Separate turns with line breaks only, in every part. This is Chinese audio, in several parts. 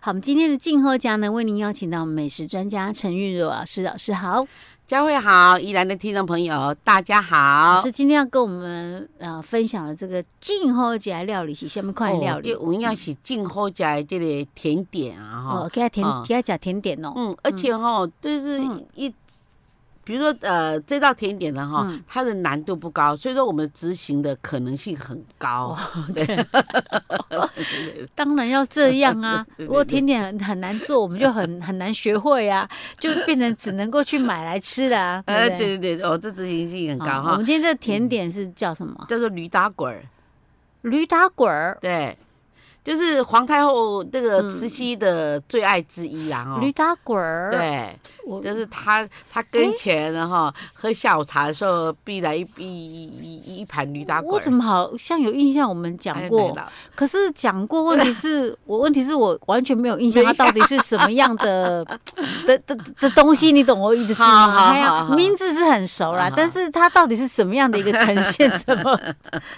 好，我们今天的静候家呢，为您邀请到美食专家陈玉茹老师，老师好，
佳慧好，宜兰的听众朋友大家
老
好。
师今天要跟我们呃分享的这个静候家料理是什么款的料理
哦这？有影是进口食的这个甜点啊，哈、
哦，给他甜
哦，
给他讲甜点哦。
嗯，而且哈、就是
嗯
一，比如说呃，这道甜点呢哈、
嗯
它的难度不高，所以说我们执行的可能性很高。
当然要这样
！
啊
对对对
如果甜点很很难做，我们就很很难学会啊， 就变成只能够去买来吃的 啊，
呃，
对不对？
对对对，哦，这执行性很高
好
哈、
我们今天这个甜点是叫什么？
叫做驴打滚儿，
驴打滚儿，
对，就是皇太后那个
嗯
慈禧的最爱之一啊，哈、
驴打滚儿。，
对。
我
就是他他跟前然后喝下午茶的时候，必然一一一一一盘驴打滚儿。
我怎么好像有印象？我们讲
哎
过，
奶酪
可是讲过，问题是我问题是我完全没有印象，
啊没
它到底是什么样的的的的的东西？你懂我意思吗？
好好
哎呀
好好啊
名字是很熟啦
好，好
但是它到底是什么样的一个呈现？ 怎么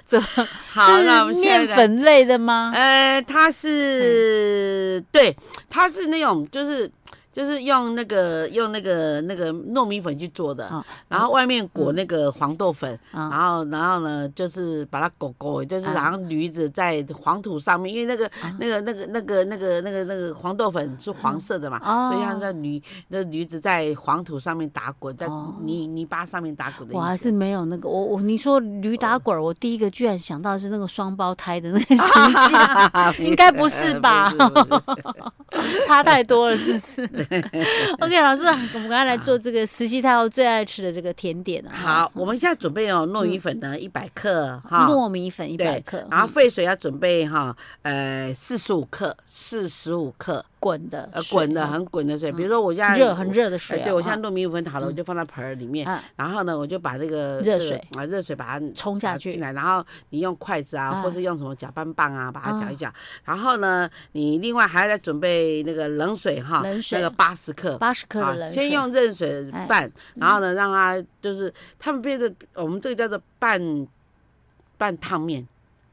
怎么
好，那我们
是
现
面
在来。
粉类的吗？
呃，它是、对，它是那种就是就是用那个用那个那个糯米粉去做的，
哦嗯
然后外面裹那个黄豆粉，
啊
然后然后呢就是把它裹裹，就是
啊
然后驴子在黄土上面，因为那个、
嗯
那个那个那个那个那个那个黄豆粉是黄色的嘛，
哦
所以它在驴那驴子在黄土上面打滚，在
哦
泥、泥巴上面打滚的意思。
我还是没有那个，我我你说驴
哦
打滚儿，我第一个居然想到的是那个双胞胎的那 个形象，
啊
应该不是吧
不是不是
差太多了，是不是 ？OK，老师，我们刚才来做这个慈禧太后最爱吃的这个甜点啊，
好，我们现在准备哦，糯米粉呢一百克哈，
嗯糯米粉一百
对
克，嗯
然后沸水要准备哈，呃，四十五克，四十五克，
滚的
呃，
水哦嗯
滚的很滚的水，比如说我现在
热很。热的水
哎，
啊，
对，我现
啊
在糯米粉好了，我就放到盆儿里面
啊，
然后呢，我就把这个
热
这个
水
啊热水把它
冲下
打
去
进来，然后你用筷子
啊
啊，或是用什么搅拌棒啊，把它搅
啊
一搅。然后呢，你另外还要再准备那个冷水哈，
冷水
那个八十克，
八十克
啊
的，冷
先
水，
用热水
哎
拌，然后呢，让它就是他们变得我们这个叫做拌拌汤面，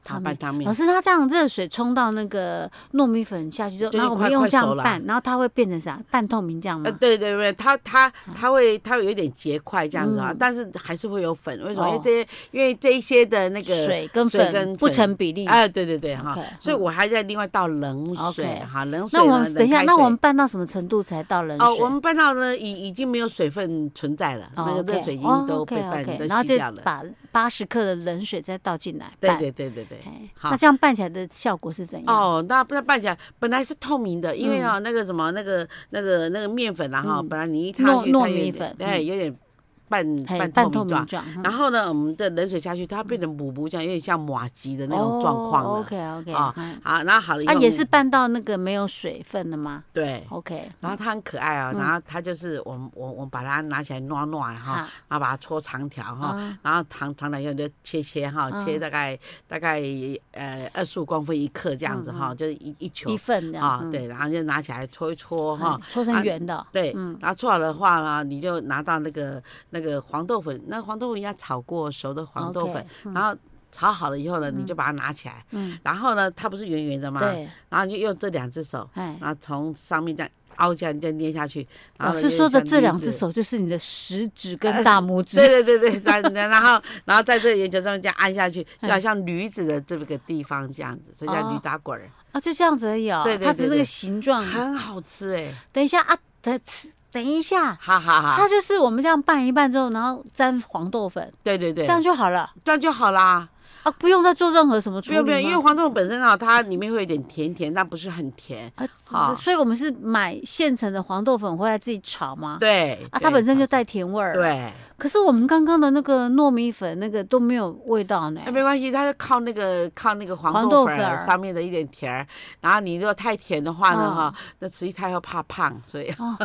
汤
啊拌
面
汤
老
面，
师，它这样热水冲到那个糯米粉下去之后，
就是
然后我们
快
用
快
这样
熟了
拌，然后它会变成啥？半透明这样
呃，
吗？
对对对，它它它会它会有点结块这样子啊
嗯，
但是还是会有粉，为什么？因
哦
为这些因为这一些的那个
水跟
水跟
粉
粉
不成比例。
哎，对对对哈
OK，，
所以
嗯
我还在另外倒冷
OK
水哈，冷水
那我
呢
们等一下，
冷开
那我
水
们拌到什么程度才到冷水？
哦，我们拌到呢已已经没有水分存在了，那
哦
个热
OK
水已
哦
经都被
OK，OK，
拌都
然后
吸
就
掉了，
把八十克的冷水再倒进来
对
拌。
对对对对
哎，
好
那这样拌起来的效果是怎样？
哦，那不然拌起来本来是透明的，因为啊、那个什么那个那个那个面粉啊哈，
嗯
本来你一
糯
塌下去
糯
它有
米
点
粉
对，
嗯
有点半
哎，
半
半
透
透
明
明
状。
状。嗯
然后呢，我们的冷水下去，它变成补补酱，有点像马吉的那种状况了。
哦 OK OK
啊
啊，
好，然后好了以后，
啊也是哦拌到那个没有水分的吗
对。
？OK，
然后它很可爱啊，
嗯
然后它就是我们我我们把它拿起来糯糯的啊哈，
好，
然后把它搓长条哈，
啊
然后长长条以后就切切哈，切
嗯
大概大概呃二十五公分一克这样子哈，就是一一
嗯
球
一份这样
啊，
嗯
对，然后就拿起来搓一搓哈
嗯，搓成
啊
圆的。
对，
嗯
然后搓好的话呢，你就拿到那个那个黄豆粉，那黄豆粉要炒过熟的黄豆粉
OK，，
然后炒好了以后呢，你就把它拿起来，
嗯，
然后呢，它不是圆圆的吗？，
对，
然后你就用这两只手，
哎。
然后从上面这样凹下来，这样捏下去。然
老
后呢
师说的这两只。
有点像梨子
手就是你的食指跟大拇指，
对对对对，然然然后然后在这个圆球上面这样按下去，
嗯
就好像驴子的这个地方这样子，所以叫驴
哦
打滚儿，
啊，就这样子而已哦。
对对
它只是那
对
个
对
形状。
很好吃哎，
等一下啊，等等一下，
哈哈哈
它！就是我们这样拌一拌之后，然后沾黄豆粉，
对对对，
这样就好了
这样就好啦。
啊，不用再做任何什么处
不
理
用不用，
吗
因为黄豆本身啊，它里面会有点甜甜，但不是很甜。
啊
啊
所以我们是买现成的黄豆粉回来自己炒吗？
对
啊，
对
它本身就带甜味儿。。
对，
可是我们刚刚的那个糯米粉那个都没有味道呢
那。哎没关系，它就靠那个靠那个
黄
黄
豆
豆
粉
粉
儿
儿上面的一点甜儿。然后你如果太甜的话呢，
嗯
哈，那慈禧太后怕胖，所以
啊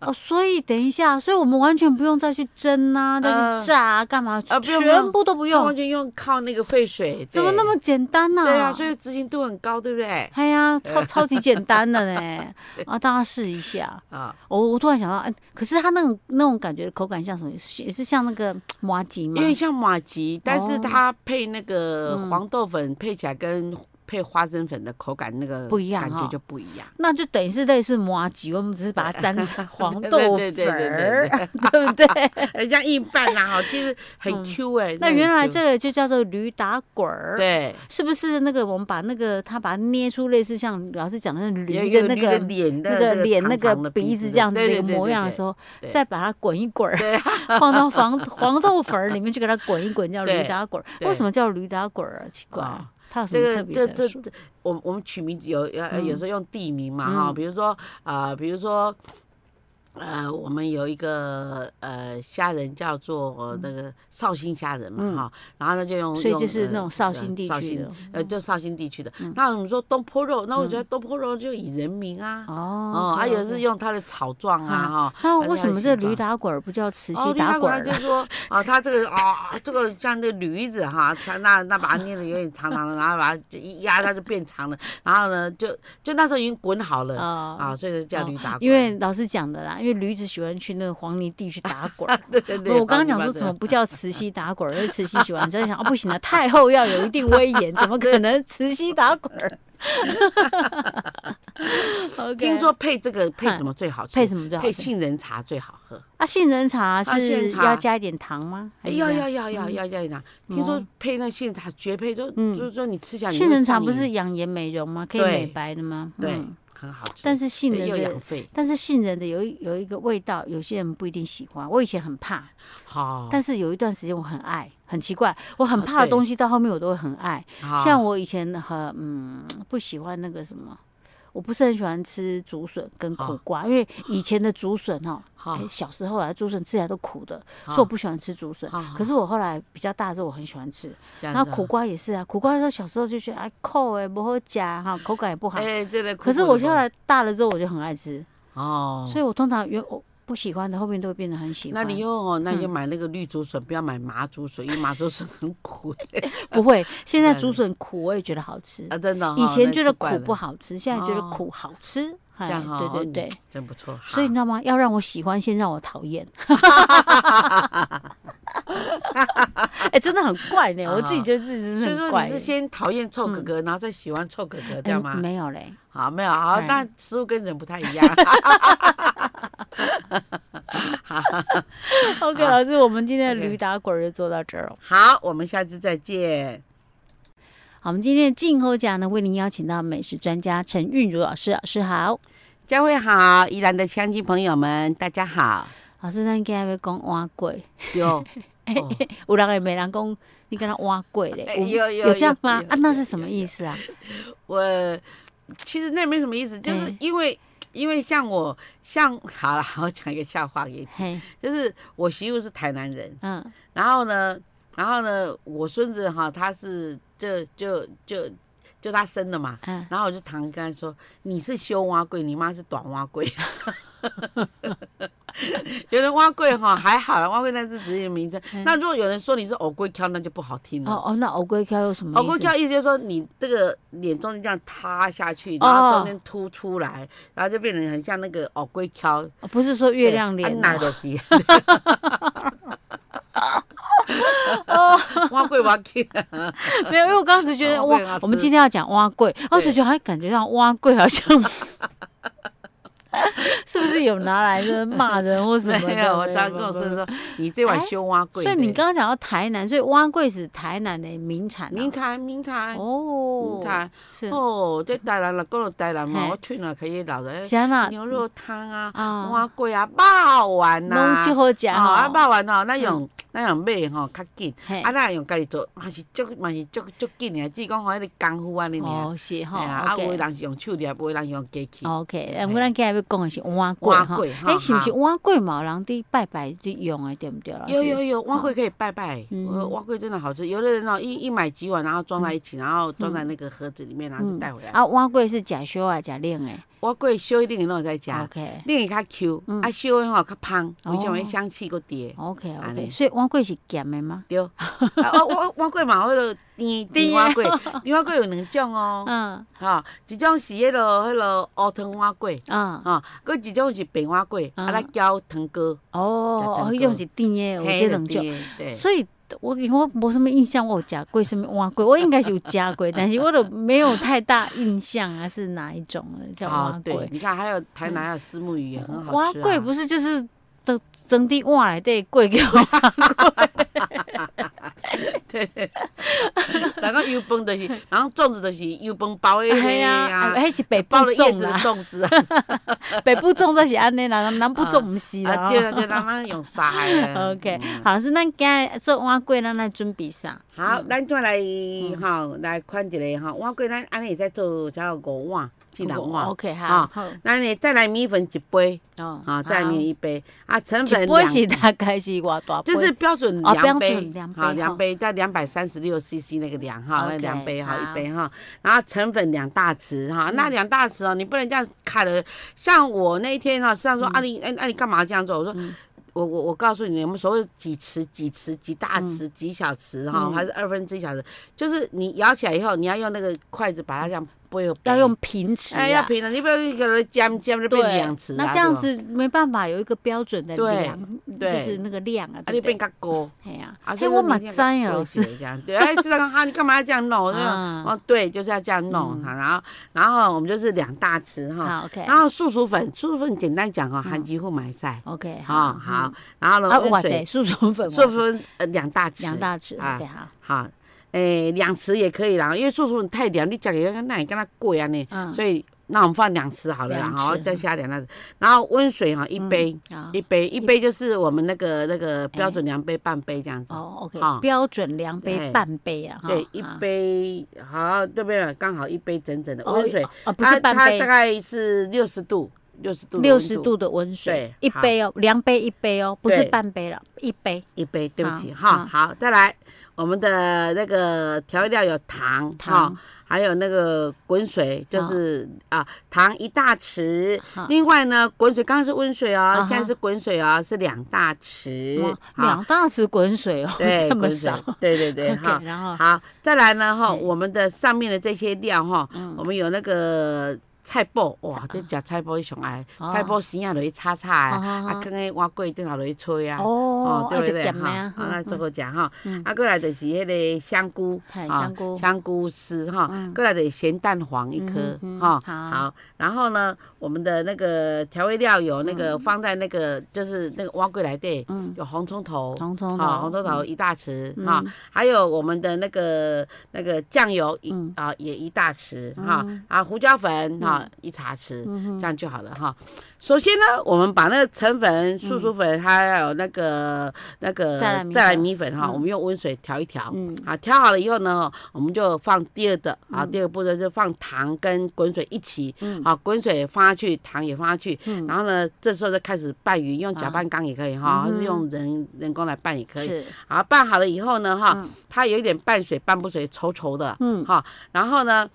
哦，所以等一下，所以我们完全不用再去蒸啊，再
呃
去炸啊，干嘛？
呃不用不用
全部都不
她完
用，
全用靠那个沸水。
怎么
对
那么简单呢？
对啊，所以执行度很高，对不对？
哎呀，超超级简单的 呢，啊，大家试一下。
啊，
我、我突然想到，哎、可是它那种那种感觉口感像什么？是也是像那个麻吉吗
有？点像马吉，但是
哦
它配那个
嗯
黄豆粉配起来跟配花生粉的口感那个
不一样哦
感觉
哈
就不一样。
那就等于是类似麻吉，我们只是把它 沾成黄豆
对对
粉
对对
儿， 对不对？
人家硬拌啦哈，其实很
嗯
Q 哎、
那原来这
个
个就叫做驴打滚儿，
对
是不是？那个我们把那个它把它捏出类似像老师讲的那
有
驴
有
的那
驴
个
脸的
那个脸
长
那
长的
个鼻子这样子的一个模样的时
候，
候
对，
再把它滚一滚儿
对，
放到黄 黄豆粉儿里面去给它滚一滚，叫
对
驴打滚儿。
对
为什么叫驴打滚儿啊？奇怪
哦
啊，它有什
这
么特
个
别
这
的
这
说？
这，我们我们取名字有呃有时候用地名嘛哈，
嗯
比如说啊，比如说。呃，我们有一个呃虾仁叫做那个绍兴虾仁嘛哈，然后呢就用，
嗯所以
用
就是
呃
那种绍兴地
绍
区
兴
的嗯
呃，就绍兴地区的。那我们说东坡肉，那我觉得东坡肉就以人名啊，
哦
哦，还有是。
OK，OK
用它的草状啊
嗯
哈，
那
还
为
是
什
它
么
的
这
形
驴
状
打滚儿不叫慈
哦，
禧
另外
打
一
滚
个他
儿
就
了？
说啊，他这个啊、这个像那驴子哈，他那那把它捏的有点长长的，然后把它一压，它就变长了。然后呢，就就那时候已经滚好了啊
啊，
所以就叫
哦
驴打滚。
因为老师讲的啦，因为驴子喜欢去那个黄泥地去打滚儿。
对 对对，
我刚刚讲
八
说
十
怎么
八
不叫慈禧打滚儿，因为慈禧喜欢，在想啊不行了，太后要有一定威严，怎么可能慈禧打滚 儿？OK
听说配这个配什么最好吃？
配什么最好
配
吃？
杏仁茶最好喝。
啊，杏仁茶
杏仁
是
茶
要加一点糖吗？还
哎
是
要
怎样
要要要要要拿！听说
嗯哦
配那杏仁茶绝配，就
嗯
就是说你吃下来你
杏
会
仁茶
上
不是
瘾
养颜美容吗？可以
对
美白的吗？
对
嗯
很好吃，
但是杏
对
仁
又
的
养，肺
但是杏仁的有一有一个味道，有些人不一定喜欢。我以前很怕，
哦好。
但是有一段时间我很爱，很奇怪，我很
啊
怕的
对啊
东西到后面我都会很爱。
好
像我以前很嗯不喜欢那个什么，我不是很喜欢吃竹笋跟苦
好
瓜，因为以前的竹笋哈、
好
哎小时候啊竹笋吃起来都苦的，所以
好
我不喜欢吃竹笋
好。好
可是我后来比较大之后，我很喜欢吃。
啊这
然
样
后
子
苦
啊，
瓜也是啊，苦瓜那时候小时候就觉得哎苦哎不好吃哈，口感也不好。
哎，对对。
可是
苦苦
我
的
后来大了之后，我就很爱吃，
哦，
所以我通常原我不喜欢的后面都会变得很喜
那
欢。嗯
你又哦，那你就买那个绿竹笋，不要买麻竹笋，因 为麻竹笋很苦的
不会，现在
对
竹笋苦我也觉得好吃。
啊，真的哦。
以前
那
觉得
奇怪
苦
了
不，好吃，现在觉得
哦
苦好吃。
这
哎
样哈，
对
哦
对对，，
嗯真不错。
所以你
好
知道吗？要让我喜欢，先让我讨 厌。哎，真的很怪呢，我自己觉得自己真
所以
的很
说
怪
你啊是
耶。
先讨厌臭哥哥，然后再喜欢臭哥哥，这样
嗯
吗？
没有 嘞，
好，没有好，
哎
那食物跟人不太一样。
OK，老师，我们今天的
啊 OK
驴打滚儿就做到这儿了。哦
好，我们下次再见。
好，我们今天的静候奖呢，为您邀请到美食专家陈韵如老师，老师好。
佳慧好，宜兰的乡亲朋友们，大家好。
老师，咱今日要讲碗粿，
有，
哎
哦
有人也没人讲你跟他碗粿嘞，
哎有
有
有
有这样吗
有？
啊，那是
有
什么
有
意思啊？
我其实那没什么意思，就是
哎
因为因为像我像好了，我讲一个笑话给你听
嘿，
就是我媳妇是台南人，
嗯，
然后呢，然后呢，我孙子哈，他是就就就就他生的嘛，
嗯，
然后我就常跟他说，你是修蛙龟，你妈是短蛙龟。 有人蛙龟哈还好啦，蛙龟那是职业名称。那如果有人说你是偶龟挑，那就不好听了。
嗯哦哦，那藕龟壳有什么
偶
意思？
龟挑意思就是说你这个脸中间这样塌下去，
哦
然后中间凸出来，然后就变成很像那个偶龟挑。
哦不是说月亮脸
对啊哪
哦，
都 是。我贵我去，
哦 没有，因为我刚刚只觉得
哦
哇
为了要，
我们
吃
今天要讲蛙贵，然后我
对
就觉得还感觉到蛙贵好像 是不是有拿来的骂人或什么
没
的？
有，我刚跟我孙子说，你这碗修蛙贵。
哎所以你刚刚讲到台南，所以蛙贵是台南的名产啊。
明看明看
哦
明，看
是
哦，这台南了，讲到台南嘛，
嘿
我去了可以老人
香啊，
牛肉汤啊，
啊，
蛙贵啊，肉丸
拢
呐
就。好食
哦，啊，
哈。
肉丸哦，那用那用买吼较紧，
嗯嘿
啊，那用家己做嘛是足嘛是足足紧的，只是讲吼迄个功夫安尼尔。
哦，是
哎呀，
哈。
啊，有的
OK
人是用手捏，有的人用机器。
OK，
嘿
我们咱今日要讲的是蛙贵
碗
哈
粿。
哎，
哈
是不是
哈
蛙贵嘛？有人伫拜拜伫用的对不对？老师
有有有，蛙桂可以拜拜，
嗯
呃蛙桂真的好吃。有的人哦，一一买几碗，然后装在一起，然后装
嗯
在那个盒子里面，然后就带回来。
啊，蛙贵是假修啊，假练诶。
蛙桂烧一定会弄在家，
OK
另一个较 Q，
嗯
啊烧的吼较香，
哦
而且我香气个甜。
OK
安
OK，
尼
所以碗粿是咸的吗？
对，啊，蛙蛙桂嘛，迄落甜甜蛙桂， 甜蛙桂有两种哦，
嗯
哈，一种是迄落迄落乌汤蛙桂，
嗯
哈，佮一种是白蛙桂，啊，
嗯
来浇糖糕，
哦，
吃
哦
蛋
迄种
糕
是甜的，有
嘿
这两，种，
就甜的对，
所以我以后没什么印象，我有夹过什么蛙龟，我应该是有夹过，但是我都没有太大印象啊，是哪一种的叫蛙
啊，对，
龟？
你看还有台南还有虱目鱼也很好吃、啊。
蛙龟不是就是整整滴碗来对龟给我，
然后油崩 的是，然后粽子的是油崩包的
哎呀，
啊，
还是北部
包了叶
种
子的
啦，
粽子啊，
北部种才是安尼啦，南部种不是啦
啊。对 了对了，咱用沙的。
OK，
嗯
好，是咱今日做碗粿，咱来准备啥？
好，咱再来
嗯
吼来看一个吼，碗粿咱安尼会再做只五碗至六碗，
哦 OK，好，
哦
好
咱呢再来米粉一杯，
哦
啊，再来
好
米一杯，啊，成
一
本
杯
两
是大概是偌大杯？
就是标准
哦
量
标
杯
准量，杯
好
哈
量杯在两百三十六 CC 那个量哈，那
OK，
量杯哈
好嗯
一杯哈，然后成粉两大匙哈，那两大匙哦，你不能这样砍了。像我那一天哈，实际上说啊你哎啊你干嘛这样做？我说
嗯。
我我我告诉你，我们所谓几匙、几匙、几大匙、几小匙哈，
嗯
还是二分之一小匙，就是你舀起来以后，你要用那个筷子把它这样拨一拨
要用平尺、啊，
哎要平的，你不要给它尖尖就
对
变两匙啊，
那这样
对吧，
子没办法有一个标准的
对
量，就
对
是那个量啊，
啊
对
你
不对
变？较高。
哎呀，
啊，
哎，我蛮知啊，老
是
师，
这样，对，哎，是的，啊，你干嘛要这样弄？ 我就
啊
哦，对，就是要这样弄哈，然后，然后我们就是两大匙哈，
嗯好，OK，
然后素薯粉，素薯粉简单讲哦，
嗯
含几乎买晒
OK，
啊，好，，然后
嗯
呢，
啊，哇
温
塞，素
水，
薯粉，
素薯粉呃两大匙，
两大匙
啊
，OK，好，
好，诶，两匙也可以啦，因为素薯粉太凉，你讲起来那也跟它贵啊呢，
嗯，
所以那我们放两匙好了啦，
两匙嗯
好，再下两大匙，然后温水哈一杯。
啊，
一杯一杯就是我们那个那个
哎
标准量杯半杯这样子，
哦，OK，
好
标准量杯
哎
半杯啊，哈
对，一
啊
杯好，对不对？刚好一杯整整的
哦
温水，
哦，不
它
是半
它
杯
大，概是六十度，六十度的温度，
六十度的温水
对，
一杯哦，量杯一杯哦，不是
对
半杯了，一杯
一杯，对不起
好
哈。好，再来我们的那个调味料有糖哈
糖，，哦
还有那个滚水，就是啊糖一大匙。
哈
另外呢，滚水刚刚是温水
哦啊
哦，
哈
现在是滚水哦，是两大匙
哇。
好，
哦两大匙滚水哦，
对，
这么
滚水
少，，
对对对，哈
OK，。然后
好，再来呢哈，
啊嗯
我们的上面的这些料哈
嗯，啊
我们有那个菜脯，哇，这食菜脯上爱，
哦
菜脯丝啊落去炒炒的，
啊哈
啊
哈，
放咧碗粿顶头落去吹啊。
哦，
对
爱
不
就
对？
咸的
哈，
啊
啊，那
嗯
最好食哈
嗯。
啊，过来就是迄个香菇，
嘿
啊
哎香菇
香菇丝哈
嗯，
过来就是咸蛋黄一颗
嗯哼
哈。
好
好，然后呢，我们的那个调味料有那个放在那个就是那个碗粿里底，
嗯
有红葱头，
红葱
啊，
头
红葱头一大匙
嗯
哈，还有我们的那个那个酱油一
嗯
啊也一大匙哈
嗯，
啊胡椒粉哈一茶匙，
嗯
这样就好了哈。首先呢，我们把那个成粉、素薯粉还有那个那个
嗯再来米粉
再来米粉哈，
嗯
我们用温水调一调
嗯，
啊，调好了以后呢，我们就放第二的啊，第二个步骤就放糖跟滚水一起
嗯，
啊，滚水放下去，糖也放下去，
嗯啊
然后呢，这时候就开始拌匀，用搅拌缸也可以哈，
嗯
还是
哼
用人人工来拌也可以。
是，
好，啊拌好了以后呢，哈
嗯，
它有一点半水半不水，稠稠的，
嗯
哈。然后呢，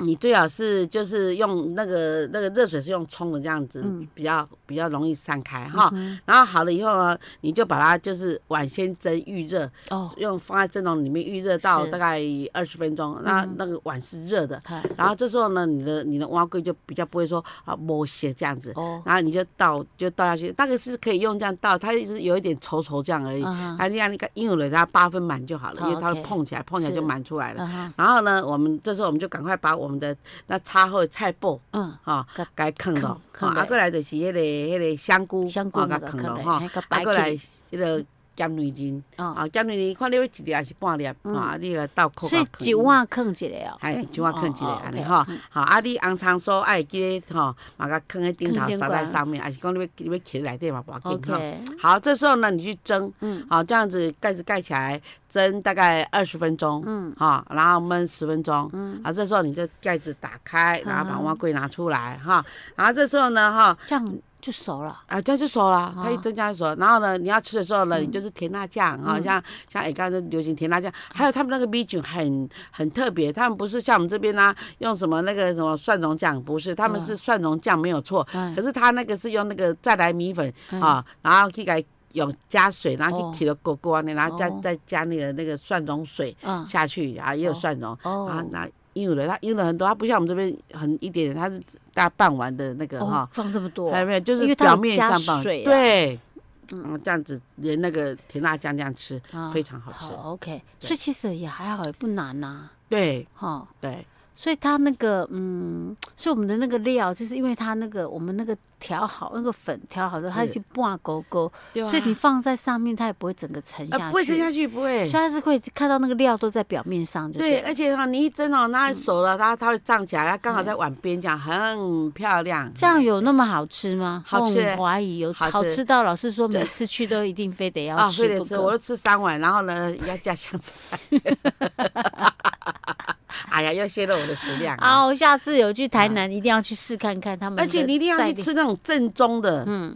你最好是就是用那个那个热水是用冲的这样子
嗯，
比较比较容易散开哈。
嗯
然后好了以后呢，你就把它就是碗先蒸预热，
哦，
用放在蒸笼里面预热到
是
大概二十分钟，
嗯
那
哼嗯
那个碗是热的。
看
然后这时候呢，你的你的蛙龟就比较不会说啊磨鞋这样子，
哦，
然后你就倒就倒下去，大概是可以用这样倒，它就是有一点稠稠这样而已。
啊哈
啊，这样你看，因为了它八分满就好了，
好
因为它会
OK
碰起来，碰起来就是满出来了。
啊哈，
然后呢，我们这时候我们就赶快把我们的那插好的菜脯
嗯，
哈
给，
该啃
放
了，
放
哈啊，
下
过来就是迄个迄个香菇，
香菇
啊
嘛
给
给
啃
放
了
下
哈
还给，
啊，
摆
过
起
来迄个咸软筋，
哦，
啊，咸软筋，看你要一粒还是半粒，
嗯
啊，你来倒扣
所以一碗放一个哦，
哎，就我放一个
哦哦
安尼
OK，
吼
嗯，
好啊！你红葱酥爱记得吼，嘛甲放喺顶头
放，顶
撒在
管
上面，还是讲你要你要起内底嘛，不要紧吼。
，OK，
好，这时候呢，你去蒸，
嗯
好，这样子盖子盖起来，蒸大概二十分钟，
嗯
哈，然后焖十分钟。
嗯，
啊，这时候你就盖子打开，然后把
嗯
蛙龟拿出来哈，然后这时候呢哈，
这样就熟了，
啊，这样就熟了，它一
哦
蒸这样就熟了。然后呢，你要吃的时候呢，你就是甜辣酱哈，
嗯
像像哎刚才流行甜辣酱，还有他们那个米酒很很特别，他们不是像我们这边呢、用什么那个什么蒜蓉酱，不是，他们
嗯
是蒜蓉酱没有错，
嗯
可是他那个是用那个再来米粉
嗯
啊，然后去给它用加水，然后
哦
去起了锅锅啊，然后再
哦
再加那个那个蒜蓉水
嗯，
下去，然后也有
哦
蒜蓉，啊，
哦，
那因为了它因为了很多，它不像我们这边很一点点，它是大概半碗的那个哈
哦，。放这么多，
还有没有？就
因
是
为它
表
有
面
加
上放
水啊
对嗯，这样子连那个甜辣酱这样吃，
啊
非常好吃。
好，OK，
对
所以其实也还好，也不难呐、
对
哈、
对，
所以它那个，嗯，所以我们的那个料，就是因为它那个我们那个调好那个粉调好之后，它已
是
经挂勾勾，
对啊
所以你放在上面，它也不会整个沉下去，
啊不会吃下去，不会
所以。它是会看到那个料都在表面上就
对，
了
而且哈，你一蒸哦，
嗯
那熟了，它它会胀起来，它刚好在碗边这样，很漂亮。
这样有那么好吃吗？哦
好吃
我很怀疑有
好吃
好吃到老师说每
对
次去都一定非得要
啊，非
吃
得
不
吃，
可。
我都吃三碗，然后呢，要加香菜。 哎呀，又泄露我的食量啊！
啊，我下次有去台南一定要去试看看他们的
而
在地。
且你一定要去吃那种正宗的，
嗯，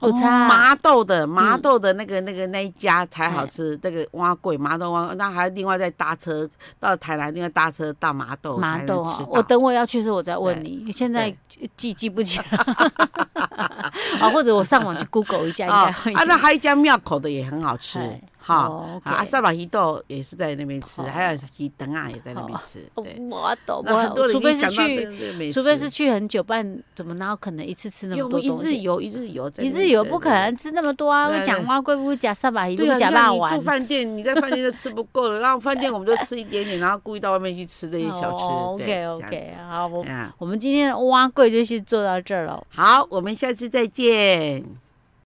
我猜
麻豆的麻豆的那个那个那一家才
哎
好吃，那个蛙桂麻豆蛙，那还要另外再搭车到台南，另外搭车到麻豆
麻
才能
豆
吃
啊
到，
我等我要去的时候我再问
对
你。现在记记不起来 啊，或者我上 网去 Google 一下，应
啊
该会有。
啊，那还有一家庙口的也很好吃
哎
哈
哦，，OK
啊，三宝鱼豆也是在那边吃，
好
还有鱼灯啊也在那边吃，
哦
对，
我懂，
那很多
我除
人已经
非是
想到
去，
这个美食
除非是去很久，不然怎么哪有可能一次吃那
因为
么多
我们一
东
日
西？
游一日游在那
一
边，
日游不
对
可。能吃那么多啊！
对
会
对
讲蛙龟，不会讲三把鱼，不
对对
会
对
讲
啊，那
辣
你
丸哦
住。饭店，你在饭店都吃不够了，然后饭店我们就吃一点 点，然后故意到外面去吃这些小吃。
OK
对这样
OK，好，我
子嗯
我们今天的蛙贵就先做到这儿了。
好，我们下次再见。